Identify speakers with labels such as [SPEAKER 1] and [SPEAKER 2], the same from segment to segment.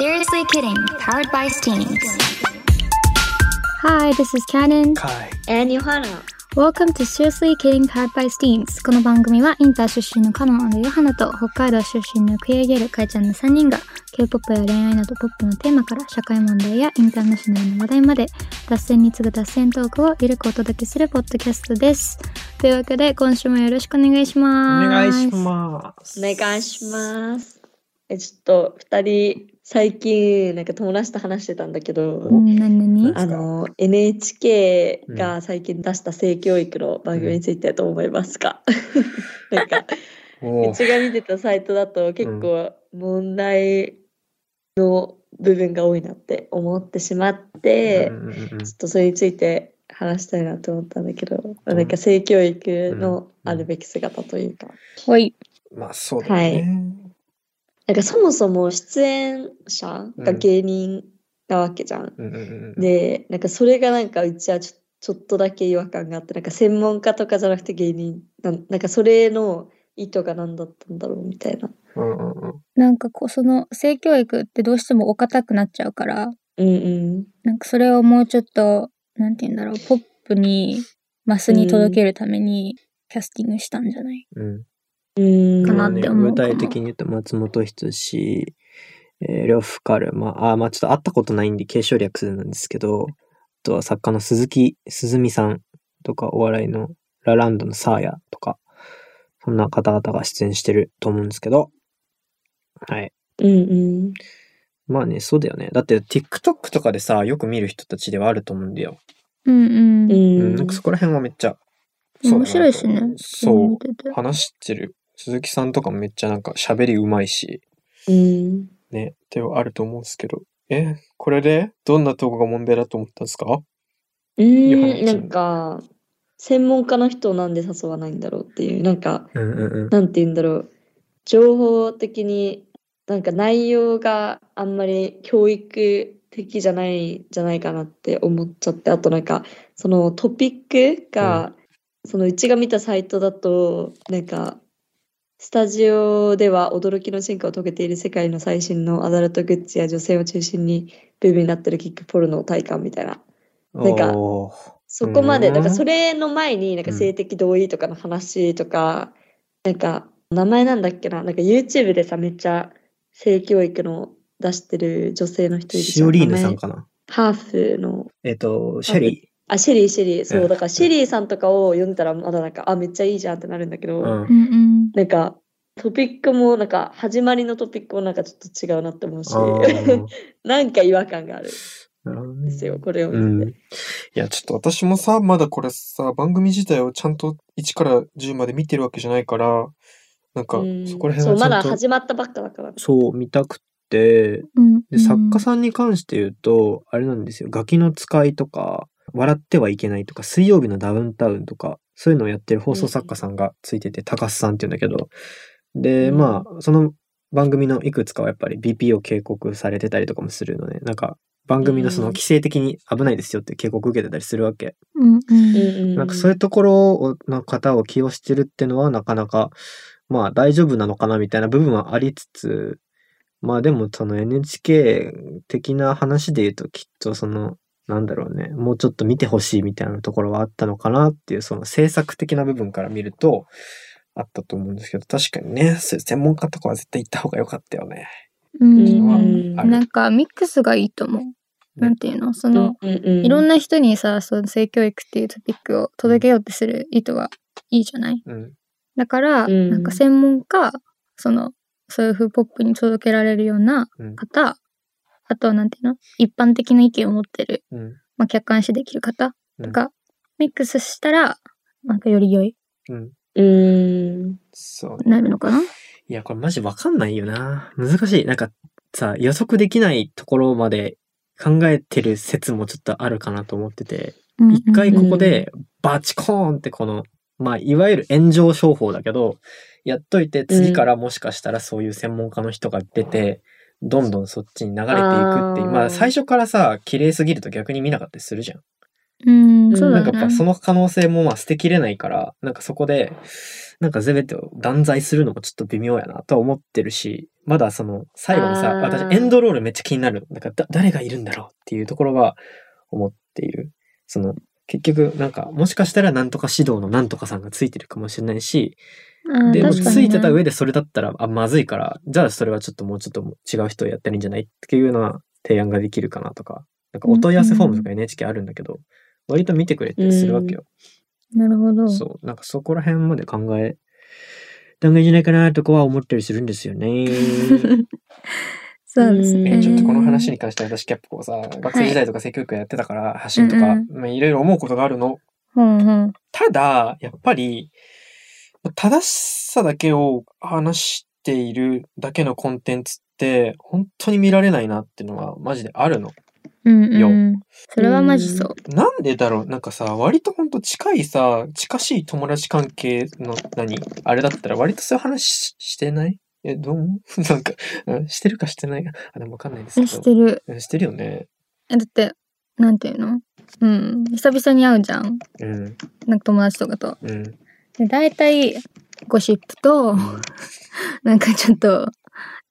[SPEAKER 1] Seriously Kidding, powered by Steams.
[SPEAKER 2] Hi, this is Canon.
[SPEAKER 3] はい。
[SPEAKER 4] えー、ニューハラ。
[SPEAKER 2] Welcome to Seriously Kidding Powered by Steams. この番組はインター出身のカノンヨハナと北海道出身のクイアゲルカイちゃんの3人が K-POP や恋愛などポップのテーマから社会問題やインターナショナルの話題まで脱線に次ぐ脱線トークをゆるくお届けするポッドキャストです。というわけで今週もよろしくお願いし
[SPEAKER 3] お
[SPEAKER 2] ます。
[SPEAKER 3] 願いします。
[SPEAKER 4] お願いします。え、ちょっと、二人、最近、なんか友達と話してたんだけど、
[SPEAKER 2] うん、なになに
[SPEAKER 3] ん
[SPEAKER 4] あの、NHK が最近出した性教育の番組についてどう思いますか、なんか、
[SPEAKER 3] お
[SPEAKER 4] う
[SPEAKER 3] ー
[SPEAKER 4] ちが見てたサイトだと結構問題の部分が多いなって思ってしまって、
[SPEAKER 3] うんうんうんうん
[SPEAKER 4] ちょっとそれについて話したいなと思ったんだけど、まあなんか性教育のあるべき姿というか、
[SPEAKER 2] ほい。
[SPEAKER 3] まあそうだよね。
[SPEAKER 4] なんかそもそも出演者が芸人なわけじゃん。
[SPEAKER 3] うんうんうん
[SPEAKER 4] で、なんかそれがなんかうちはちょちょっとだけ違和感があって、なんか専門家とかじゃなくて芸人なん、なんかそれの意図が何だったんだろうみたいな。
[SPEAKER 3] うんうんうん
[SPEAKER 2] なんかこうその性教育ってどうしてもお堅くなっちゃうから、
[SPEAKER 4] うんうん。
[SPEAKER 2] なんかそれをもうちょっと、なんて言うんだろう、ポップに、マスに届けるために、キャスティングしたんじゃない、
[SPEAKER 3] うん
[SPEAKER 4] うん。
[SPEAKER 2] かなって思う
[SPEAKER 5] 具体的に言うと松本人志、えー、呂布カルマ、あー、まあちょっと会ったことないんで継承略するんですけど、あとは作家の鈴木すずみさんとか、お笑いのラランドのサーヤとか、そんな方々が出演してると思うんですけど、はい。
[SPEAKER 4] うんうん。
[SPEAKER 5] まあね、そうだよね。だって TikTok とかでさ、よく見る人たちではあると思うんだよ。
[SPEAKER 2] うんうん
[SPEAKER 4] う。
[SPEAKER 5] うんん、なんかそこら辺はめっちゃ、そうだな
[SPEAKER 2] 面白いしね。
[SPEAKER 5] そう
[SPEAKER 2] 見。てて
[SPEAKER 5] 話してる鈴木さんとかもめっちゃなんか喋りうまいし
[SPEAKER 4] うん。
[SPEAKER 5] ねではあると思うんですけどえこれでどんなとこが問題だと思ったんですか
[SPEAKER 4] う
[SPEAKER 5] いや本当
[SPEAKER 4] ん。
[SPEAKER 5] に
[SPEAKER 4] なんか、専門家の人をなんで誘わないんだろうっていう、なんか、
[SPEAKER 5] うんうん
[SPEAKER 4] なんて言うんだろう情報的になんか内容があんまり教育的じゃないんじゃないかなって思っちゃってあとなんかそのトピックが、そのうちが見たサイトだとなんかスタジオでは驚きの進化を遂げている世界の最新のアダルトグッズや女性を中心にブームになってるキックポルノを体感みたいな
[SPEAKER 5] うん
[SPEAKER 4] なんか
[SPEAKER 5] おー
[SPEAKER 4] そこまで、
[SPEAKER 5] うん
[SPEAKER 4] だからそれの前になんか
[SPEAKER 5] うん
[SPEAKER 4] 性的同意とかの話とか、なんか名前なんだっけな、なんか YouTube でさ、めっちゃ性教育の出してる女性の人いるじ
[SPEAKER 5] シ
[SPEAKER 4] ゃん
[SPEAKER 5] オリーヌさ
[SPEAKER 4] 名
[SPEAKER 5] ん
[SPEAKER 4] 前
[SPEAKER 5] かな
[SPEAKER 4] ハーフの、
[SPEAKER 5] えっ、とシェリ
[SPEAKER 4] あ、シェリー、シェリー、そう、
[SPEAKER 5] うん
[SPEAKER 4] だからシェリーさんとかを読んだら、まだなんか、あ、めっちゃいいじゃんってなるんだけど、
[SPEAKER 5] ー、うん
[SPEAKER 2] うんうん。
[SPEAKER 4] なんか、トピックも、なんか、始まりのトピックもなんかちょっと違うなって思うし
[SPEAKER 5] あ、ー
[SPEAKER 4] なんか違和感があるん
[SPEAKER 5] なるほど
[SPEAKER 4] で
[SPEAKER 5] ね
[SPEAKER 4] すよ、これを
[SPEAKER 5] う
[SPEAKER 4] 見
[SPEAKER 5] ん
[SPEAKER 4] て。
[SPEAKER 5] いやちょっと私もさまだこれさ番組自体をちゃんと1から10まで見てるわけじゃないからなんか
[SPEAKER 4] うん
[SPEAKER 5] そこら
[SPEAKER 4] そ
[SPEAKER 5] 辺
[SPEAKER 4] う、
[SPEAKER 5] はち
[SPEAKER 4] まだ
[SPEAKER 5] ゃんと
[SPEAKER 4] 始まったばっかだから。
[SPEAKER 5] そう見たくて
[SPEAKER 2] うん
[SPEAKER 5] で、作家
[SPEAKER 2] ん。
[SPEAKER 5] さんに関して言うと、あれなんですよ、ガキの使いとか、笑ってはいけないとか、水曜日のダウンタウンとか、そういうのをやってる放送作家さんがついてて、高須さんって言うんだけど、で、
[SPEAKER 4] うん
[SPEAKER 5] まあ、その番組のいくつかはやっぱり BP を警告されてたりとかもするので、なんか、番組のその
[SPEAKER 4] うん
[SPEAKER 5] 規制的に危ないですよって警告受けてたりするわけ。
[SPEAKER 2] うんうん。
[SPEAKER 5] なんかそういうところをの方を起用してるってのはなかなかまあ大丈夫なのかなみたいな部分はありつつまあでもその NHK 的な話で言うときっとそのなんだろうねもうちょっと見てほしいみたいなところはあったのかなっていうその制作的な部分から見るとあったと思うんですけど確かにねそういう専門家とかは絶対行った方が良かったよね。
[SPEAKER 2] うん。
[SPEAKER 4] うん
[SPEAKER 2] なんかミックスがいいと思う。なんていうのその、い
[SPEAKER 4] い
[SPEAKER 2] ろんな人にさ、その性教育っていうトピックを届けようってする意図はいいじゃない
[SPEAKER 5] うん、
[SPEAKER 2] だから、
[SPEAKER 4] うん
[SPEAKER 2] なんか専門家そのそういう風ポップに届けられるような
[SPEAKER 5] うん
[SPEAKER 2] 方、あとはなんていうの一般的な意見を持ってる、
[SPEAKER 5] うん
[SPEAKER 2] まあ、客観視できる方
[SPEAKER 5] うん
[SPEAKER 2] とか、ミックスしたらなんかより良い
[SPEAKER 5] うん、
[SPEAKER 4] うー ん。
[SPEAKER 5] そう
[SPEAKER 2] なるのかない
[SPEAKER 5] や、これマジわかんないよな。難しい。なんかさ、予測できないところまで考えてる説もちょっとあるかなと思ってて、
[SPEAKER 2] うんうん
[SPEAKER 5] 一回ここでバチコーンってこの、まあ、いわゆる炎上商法だけど、やっといて次からもしかしたらそういう専門家の人が出て、どんどんそっちに流れていくっていう。
[SPEAKER 4] あー
[SPEAKER 5] まあ、最初からさ、綺麗すぎると逆に見なかったりするじゃん。
[SPEAKER 2] うん、
[SPEAKER 4] うん
[SPEAKER 2] そう
[SPEAKER 5] な
[SPEAKER 2] だ
[SPEAKER 5] んかやっ
[SPEAKER 2] ね
[SPEAKER 5] ぱその可能性もまあ捨てきれないから、なんかそこで、なんか全てを断罪するのもちょっと微妙やなとは思ってるし、まだその、最後にさ、
[SPEAKER 4] あー
[SPEAKER 5] 私エンドロールめっちゃ気になる。なんかだ、誰がいるんだろうっていうところは思っている。その、結局、なんか、もしかしたらなんとか指導のなんとかさんがついてるかもしれないし、
[SPEAKER 2] あー
[SPEAKER 5] で、も
[SPEAKER 2] 確かに
[SPEAKER 5] ついてた
[SPEAKER 2] ね
[SPEAKER 5] 上でそれだったら、あ、まずいから、じゃあそれはちょっともうちょっと違う人やったらいいんじゃないっていうような提案ができるかなとか、なんかお問い合わせフォームとか NHK あるんだけど、割と見てくれてするわけよ。
[SPEAKER 2] なるほど。
[SPEAKER 5] そう、なんかそこら辺まで考えたんがいいんじゃないかなとかは思ったりするんですよ ね。
[SPEAKER 2] そうですね。
[SPEAKER 5] ねちょっとこの話に関して私結構さ、学生時代とか性教育やってたから発信とか、
[SPEAKER 2] うん
[SPEAKER 5] まあいろいろ思うことがあるの。
[SPEAKER 2] うんうん。
[SPEAKER 5] ただ、やっぱり、正しさだけを話しているだけのコンテンツって、本当に見られないなっていうのはマジであるの。
[SPEAKER 2] うん
[SPEAKER 5] よ
[SPEAKER 2] うん。それはマジそう。
[SPEAKER 5] なんでだろうなんかさ、割とほんと近いさ、近しい友達関係の何あれだったら割とそういう話ししてないえ、どう 思うなんか、うんしてるかしてないか。あ、でもわかんないです
[SPEAKER 2] え
[SPEAKER 5] け
[SPEAKER 2] し
[SPEAKER 5] ど。
[SPEAKER 2] てる。
[SPEAKER 5] うんしてるよね。
[SPEAKER 2] えだって、なんていうのうん。久々に会うじゃん。
[SPEAKER 5] うん、
[SPEAKER 2] なんか友達とかと。
[SPEAKER 5] うん。
[SPEAKER 2] で、大体、ゴシップと、 なんかちょっと、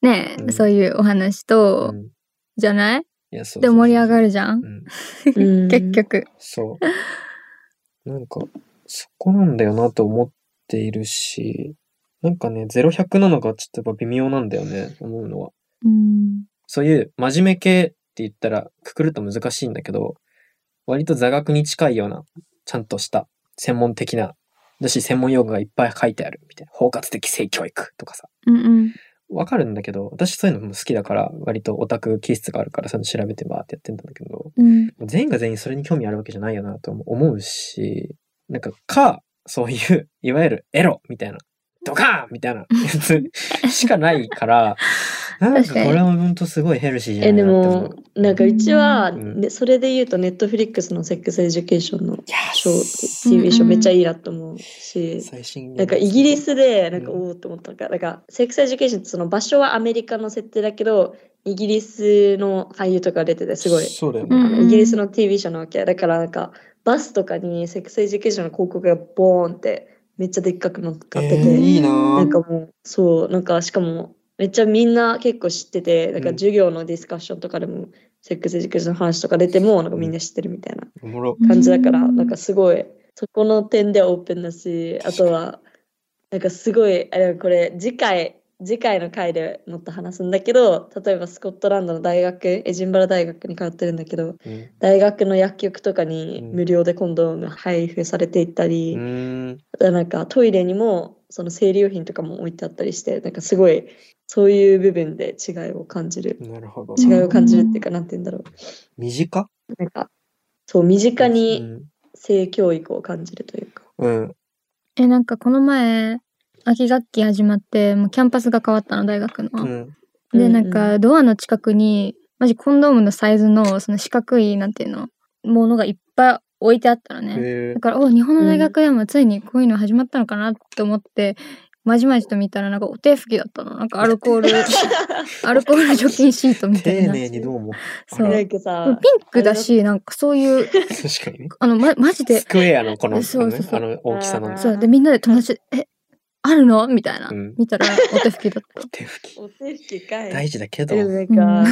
[SPEAKER 2] ね、
[SPEAKER 5] うん
[SPEAKER 2] そういうお話
[SPEAKER 5] う
[SPEAKER 2] と、
[SPEAKER 5] ん、い
[SPEAKER 2] じゃない
[SPEAKER 5] や、そうそうそう
[SPEAKER 2] で、盛り上がるじゃん。
[SPEAKER 5] うん、
[SPEAKER 4] うん
[SPEAKER 2] 結局。
[SPEAKER 5] そう。なんか、そこなんだよなと思っているし、なんかね、0100なのがちょっとやっぱ微妙なんだよね、思うのは。
[SPEAKER 2] うん。
[SPEAKER 5] そういう真面目系って言ったらくくると難しいんだけど、割と座学に近いような、ちゃんとした専門的な、だし専門用語がいっぱい書いてあるみたいな、包括的性教育とかさ、
[SPEAKER 2] うんうん。
[SPEAKER 5] わかるんだけど、私そういうのも好きだから、割とオタク気質があるから、そういうの調べてばーってやってんだけど、
[SPEAKER 2] うん。
[SPEAKER 5] 全員が全員それに興味あるわけじゃないよなとも思うし、なんか、か、そういう、 いわゆるエロみたいな、ドカーンみたいなやつしかない から、なんか
[SPEAKER 2] 確かに
[SPEAKER 5] これは本当すごいヘルシーじゃな
[SPEAKER 4] え
[SPEAKER 5] い
[SPEAKER 4] で
[SPEAKER 5] なって思う
[SPEAKER 4] も。なんかうちは、
[SPEAKER 5] うん
[SPEAKER 4] ね、それで言うとネットフリックスのセックスエデュケーションの
[SPEAKER 5] いやー
[SPEAKER 4] ショー
[SPEAKER 5] す
[SPEAKER 4] TV ショーめっちゃいいなと思うし、
[SPEAKER 5] 最新
[SPEAKER 4] なんかイギリスでなんか
[SPEAKER 5] うん
[SPEAKER 4] おおって思ったのがなんかセックスエデュケーションってその場所はアメリカの設定だけどイギリスの俳優とかが出ててすごい
[SPEAKER 5] そうだよね。
[SPEAKER 2] う
[SPEAKER 4] あ
[SPEAKER 2] ん
[SPEAKER 4] のイギリスの TV ショーなわけだからなんかバスとかにセックスエデュケーションの広告がボーンってめっちゃでっかくなってて、
[SPEAKER 5] えーいいなー
[SPEAKER 4] なんかもうそうなんかしかもめっちゃみんな結構知っててなんか
[SPEAKER 5] うん
[SPEAKER 4] 授業のディスカッションとかでも、セックスエデュケーションの話とか出てもなんかみんな知ってるみたいな
[SPEAKER 5] おもろ。
[SPEAKER 4] 感じだから、
[SPEAKER 2] うん
[SPEAKER 4] なんかすごいそこの点ではオープンだしあとはなんかすごいあれこれ次回次回の回でもっと話すんだけど例えばスコットランドの大学エジンバラ大学に通ってるんだけど
[SPEAKER 5] うん
[SPEAKER 4] 大学の薬局とかに
[SPEAKER 5] うん
[SPEAKER 4] 無料でコンドーム配布されていった
[SPEAKER 5] う
[SPEAKER 4] り、
[SPEAKER 5] ーん。
[SPEAKER 4] あとはなんかトイレにもその生理用品とかも置いてあったりしてなんかすごいそういう部分で違いを感じる
[SPEAKER 5] なるほど。
[SPEAKER 4] 違いを感じるっていうかなんて言うんだろう
[SPEAKER 5] 身近
[SPEAKER 4] なんかそう身近
[SPEAKER 5] う
[SPEAKER 4] に
[SPEAKER 5] ん
[SPEAKER 4] 性教育を感じるというか。
[SPEAKER 5] うん。
[SPEAKER 2] え、なんかこの前、秋学期始まって、もうキャンパスが変わったの、大学の。
[SPEAKER 5] うん。
[SPEAKER 4] う
[SPEAKER 2] で、
[SPEAKER 4] ん
[SPEAKER 2] なんか、ドアの近くに、マジコンドームのサイズの、その四角い、なんていうの、ものがいっぱい置いてあったのね。
[SPEAKER 5] え
[SPEAKER 2] だから、お、日本の大学でもついにこういうの始まったのかなって思って、まじまじと見たら、なんかお手拭きだったの。なんかアルコー ル、アルコール除菌シートみ
[SPEAKER 5] ー、
[SPEAKER 2] たい
[SPEAKER 5] 丁
[SPEAKER 2] な。
[SPEAKER 5] 寧にどう も。
[SPEAKER 2] そう。
[SPEAKER 4] な
[SPEAKER 2] ピ
[SPEAKER 4] んかさ、
[SPEAKER 2] ンクだし、なんかそういう、
[SPEAKER 5] 確かにね。
[SPEAKER 2] あの、ま、マジで
[SPEAKER 5] ス、クエアのこの、
[SPEAKER 2] そうそうそう
[SPEAKER 5] あの大きさの
[SPEAKER 4] あー
[SPEAKER 2] そう、で、みんなで友達で、え、あるのみたいな
[SPEAKER 5] うん。
[SPEAKER 2] 見たら、お手拭きだった。
[SPEAKER 5] 手拭き。
[SPEAKER 4] お手拭きかい。
[SPEAKER 5] 大事だけど。
[SPEAKER 4] でも
[SPEAKER 5] う
[SPEAKER 4] なんか、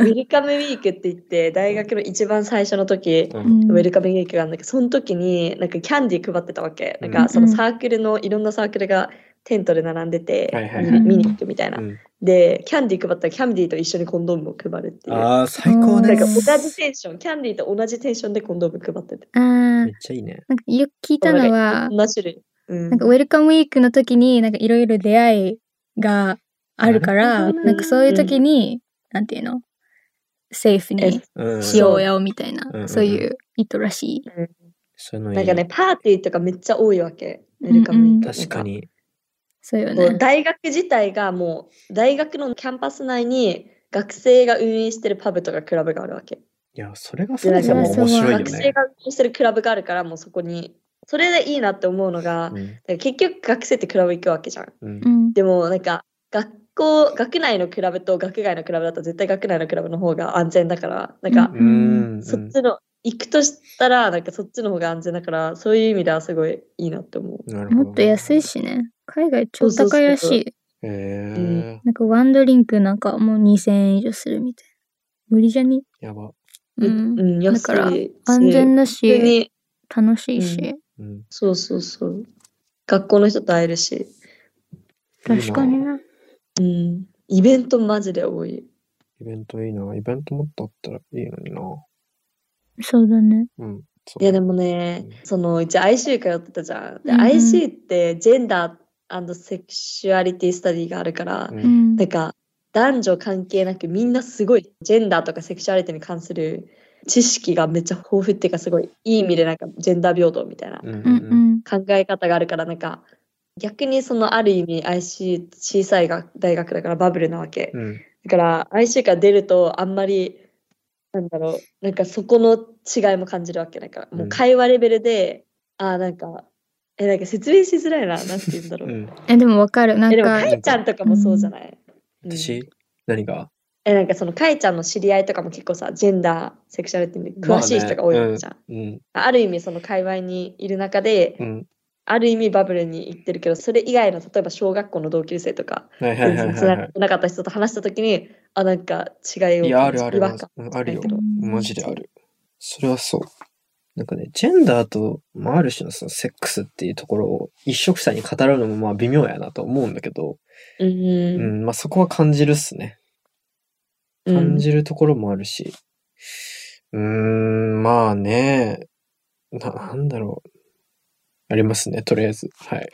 [SPEAKER 4] ウェルカムウィークって言って、大学の一番最初の時、
[SPEAKER 5] ん。
[SPEAKER 4] ウェルカムウィークがあるんだけど、その時になんかキャンディー配ってたわけ。なん
[SPEAKER 5] う
[SPEAKER 4] か
[SPEAKER 5] ん
[SPEAKER 4] そのサークルの、いろんなサークルがテントで並んでて、
[SPEAKER 5] はいはい
[SPEAKER 2] はい
[SPEAKER 4] 見に行くみたいな、
[SPEAKER 5] うん
[SPEAKER 4] で、キャンディー配ったらキャンディーと一緒にコンドームを配るっていう。
[SPEAKER 5] ああ、最高
[SPEAKER 4] なん
[SPEAKER 5] で
[SPEAKER 4] か同
[SPEAKER 5] す。
[SPEAKER 4] じテンション、キャンディーと同じテンションでコンドーム配ってて。
[SPEAKER 2] あー
[SPEAKER 5] めっちゃいいね。
[SPEAKER 2] なんかよく聞いたのは、
[SPEAKER 4] 同じ種類。うん
[SPEAKER 2] なんかウェルカムウィークの時になんかいろいろ出会いがあるから、
[SPEAKER 4] なるほどね
[SPEAKER 2] なんかそういう時に、なんていうのセーフに
[SPEAKER 5] うん。
[SPEAKER 2] しようよみたいな、
[SPEAKER 5] うんうん
[SPEAKER 2] そういう意図らしい。
[SPEAKER 5] そういうのいい
[SPEAKER 4] なんかね、パーティーとかめっちゃ多いわけ。ウ
[SPEAKER 2] ん
[SPEAKER 4] ェルカムウィーク
[SPEAKER 5] 確かに。
[SPEAKER 2] そうよ
[SPEAKER 4] もう
[SPEAKER 2] ね。
[SPEAKER 4] 大学自体がもう大学のキャンパス内に学生が運営してるパブとかクラブがあるわけ。
[SPEAKER 5] いや、それがそもそも面白いよ
[SPEAKER 4] 学生
[SPEAKER 5] ね。
[SPEAKER 4] が運営してるクラブがあるからもうそこに。それでいいなって思うのが、だから結局学生ってクラブ行くわけじゃん。
[SPEAKER 5] うん。う
[SPEAKER 2] うんん。
[SPEAKER 4] でもなんか学校、学内のクラブと学外のクラブだと絶対学内のクラブの方が安全だから、なんか
[SPEAKER 5] うん。
[SPEAKER 4] そっちの行くとしたら、なんかそっちの方が安全だから、そういう意味ではすごいいいなって思う。
[SPEAKER 5] なるほど。
[SPEAKER 2] もっと安い。しね。海外超高いらし
[SPEAKER 4] そうそう
[SPEAKER 2] い。
[SPEAKER 5] へ
[SPEAKER 4] う
[SPEAKER 5] え
[SPEAKER 4] ん。
[SPEAKER 2] なんかワンドリンクなんかもう2000円以上するみたいな。無理じゃに
[SPEAKER 5] やば。
[SPEAKER 2] う
[SPEAKER 4] うん
[SPEAKER 2] ん。、
[SPEAKER 4] 安い
[SPEAKER 2] だから
[SPEAKER 4] し
[SPEAKER 2] 安全だ
[SPEAKER 4] 普通
[SPEAKER 2] し、
[SPEAKER 4] に、
[SPEAKER 2] 楽しいし。
[SPEAKER 4] うん
[SPEAKER 5] うん。
[SPEAKER 4] そうそうそう。学校の人と会えるし、
[SPEAKER 2] 確かにな。
[SPEAKER 4] うん。イベントマジで多い。
[SPEAKER 5] イベントいいな。イベントもっとあったらいいのにな。
[SPEAKER 2] そうだね。
[SPEAKER 5] うん。そう
[SPEAKER 4] いやでもね、そのうち IC 通ってたじゃん。で、
[SPEAKER 2] うん
[SPEAKER 4] IC ってジェンダーセクシュアリティスタディがあるから
[SPEAKER 5] う、。
[SPEAKER 2] うんん。
[SPEAKER 4] なんか男女関係なくみんなすごいジェンダーとかセクシュアリティに関する知識がめっちゃ豊富っていうかすごいいい意味でなんかジェンダー平等みたいな
[SPEAKER 5] うん
[SPEAKER 2] うん
[SPEAKER 5] うんうん。
[SPEAKER 4] 考え方があるからなんか逆にそのある意味 IC 小さいが大学だからバブルなわけ。
[SPEAKER 5] うん。
[SPEAKER 4] だから IC から出るとあんまりなんだろうなんかそこの違いも感じるわけだからもう会話レベルで、ああなんかえなんか説明しづらいななんて言うんだろ
[SPEAKER 5] う
[SPEAKER 4] う、
[SPEAKER 5] ん。
[SPEAKER 2] え、でもわかる。なん
[SPEAKER 4] えでも
[SPEAKER 2] か
[SPEAKER 4] か、いちゃんとかもそうじゃない、うん
[SPEAKER 5] 私、何が
[SPEAKER 4] えなんかそのかいちゃんの知り合いとかも結構さジェンダーセクシャリティに詳しい人が多いわけじゃん、
[SPEAKER 5] うん。
[SPEAKER 4] ある意味その界隈にいる中で、
[SPEAKER 5] うん。
[SPEAKER 4] ある意味バブルに行ってるけどそれ以外の例えば小学校の同級生とか
[SPEAKER 5] はいはい
[SPEAKER 4] 全
[SPEAKER 5] はい
[SPEAKER 4] 然つ
[SPEAKER 5] はいは
[SPEAKER 4] ながってなかった人と話した時にあなんか違いを
[SPEAKER 5] い。いや、あるある。
[SPEAKER 4] 違
[SPEAKER 5] ま
[SPEAKER 4] 和
[SPEAKER 5] ず
[SPEAKER 4] 感
[SPEAKER 5] うんあるよ
[SPEAKER 4] だけ。ど
[SPEAKER 5] マジである。それはそう。なんかね、ジェンダーと、まあ、ある種のそのセックスっていうところを一色さに語るのもまあ微妙やなと思うんだけど、
[SPEAKER 4] うん
[SPEAKER 5] うん、まあそこは感じるっすね。
[SPEAKER 4] うん
[SPEAKER 5] 感じるところもあるし。うーん、まあね、な、なんだろう。ありますね、とりあえず。はい。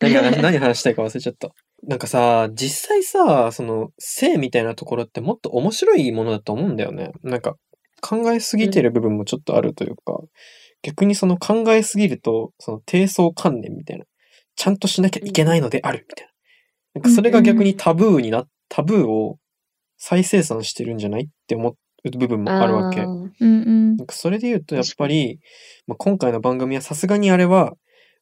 [SPEAKER 5] 何話何話したいか忘れちゃった。なんかさ、実際さ、その、性みたいなところってもっと面白いものだと思うんだよね。なんか、考えすぎてる部分もちょっとあるというか、逆にその考えすぎると、その低層観念みたいな、ちゃんとしなきゃいけないのであるみたいな。なんかそれが逆にタブーにな、タブーを再生産してるんじゃないって思う部分もあるわけ。
[SPEAKER 4] あ
[SPEAKER 5] な
[SPEAKER 4] ー
[SPEAKER 2] うんうん。
[SPEAKER 5] んかそれで言うとやっぱり、まあ、今回の番組はさすがにあれは、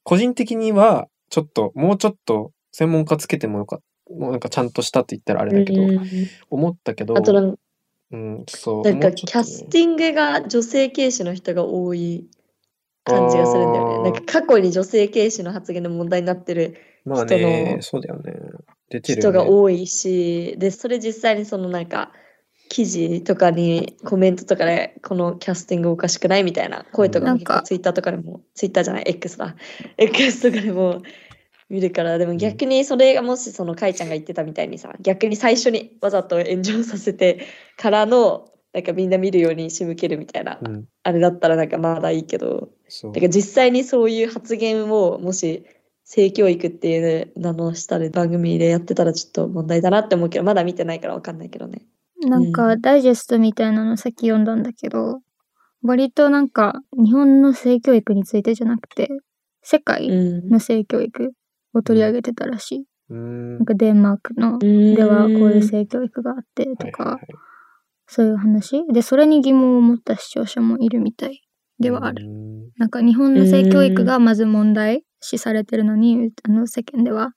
[SPEAKER 5] 個人的にはちょっと、もうちょっと専門家つけてもよかった。もうなんかちゃんとしたって言ったらあれだけど、
[SPEAKER 4] うん
[SPEAKER 5] 思ったけど、
[SPEAKER 4] あとなん
[SPEAKER 5] うん、そう。
[SPEAKER 4] なん
[SPEAKER 5] も
[SPEAKER 4] か
[SPEAKER 5] うち
[SPEAKER 4] キ
[SPEAKER 5] ょっと
[SPEAKER 4] ャ
[SPEAKER 5] ね
[SPEAKER 4] スティングが女性軽視の人が多い感じがするんだよね。
[SPEAKER 5] あー
[SPEAKER 4] なんか過去に女性軽視の発言で問題になってる
[SPEAKER 5] まあ
[SPEAKER 4] 人
[SPEAKER 5] ね、
[SPEAKER 4] の
[SPEAKER 5] そうだよね。出てる
[SPEAKER 4] 人
[SPEAKER 5] よね
[SPEAKER 4] が多いし、で、それ実際にそのなんか記事とかにコメントとかでこのキャスティングおかしくないみたいな声とか
[SPEAKER 2] な
[SPEAKER 4] も
[SPEAKER 2] ん
[SPEAKER 4] 結
[SPEAKER 2] か
[SPEAKER 4] 構ツイッターとかでも、ツイッターじゃない、X だ。X とかでも見るから、でも逆にそれがもしそのかいちゃんが言ってたみたいにさ、逆に最初にわざと炎上させてからの、なんかみんな見るように仕向けるみたいな、
[SPEAKER 5] うん、
[SPEAKER 4] あれだったらなんかまだいいけど、
[SPEAKER 5] そう
[SPEAKER 4] だ。から実際にそういう発言をもし性教育っていう名の下で番組でやってたらちょっと問題だなって思うけどまだ見てないからわかんないけどね。
[SPEAKER 2] なんか、
[SPEAKER 4] う
[SPEAKER 2] ダイジェストみたいなのさっき読んだんだけど、割となんか、日本の性教育についてじゃなくて、世
[SPEAKER 4] う
[SPEAKER 2] 界
[SPEAKER 4] ん
[SPEAKER 2] の性教育を取り上げてたらしい。
[SPEAKER 5] うーん
[SPEAKER 2] なんか、デンマークの、ではこういう性教育があってと
[SPEAKER 5] はい
[SPEAKER 2] か
[SPEAKER 5] はい、はい
[SPEAKER 2] そういう話。で、それに疑問を持った視聴者もいるみたいではある。
[SPEAKER 5] うーん
[SPEAKER 2] なんか日本の性教育がまず問題視されてるのに、あの世間では、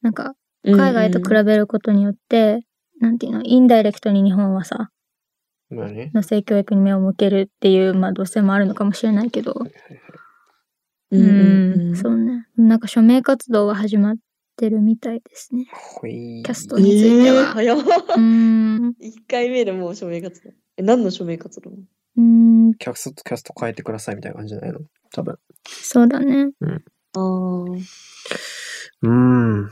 [SPEAKER 2] なんか海外と比べることによって、なんていうの、インダイレクトに日本はさ、
[SPEAKER 5] まあね。
[SPEAKER 2] の性教育に目を向けるっていう、まあ、どうせもあるのかもしれないけど、
[SPEAKER 4] べ
[SPEAKER 2] うんそうね。なんか署名活動は始まってるみたいですね。
[SPEAKER 5] ほい。
[SPEAKER 2] キャスト
[SPEAKER 4] え
[SPEAKER 2] について
[SPEAKER 4] ー、
[SPEAKER 2] は。
[SPEAKER 4] 早っ
[SPEAKER 2] うん。
[SPEAKER 4] 1回目でもう署名活動。え何の署名活動
[SPEAKER 2] うん、
[SPEAKER 5] キャスト、キャスト変えてくださいみたいな感じじゃないの多分。
[SPEAKER 2] そうだね。
[SPEAKER 4] あー
[SPEAKER 5] うーん。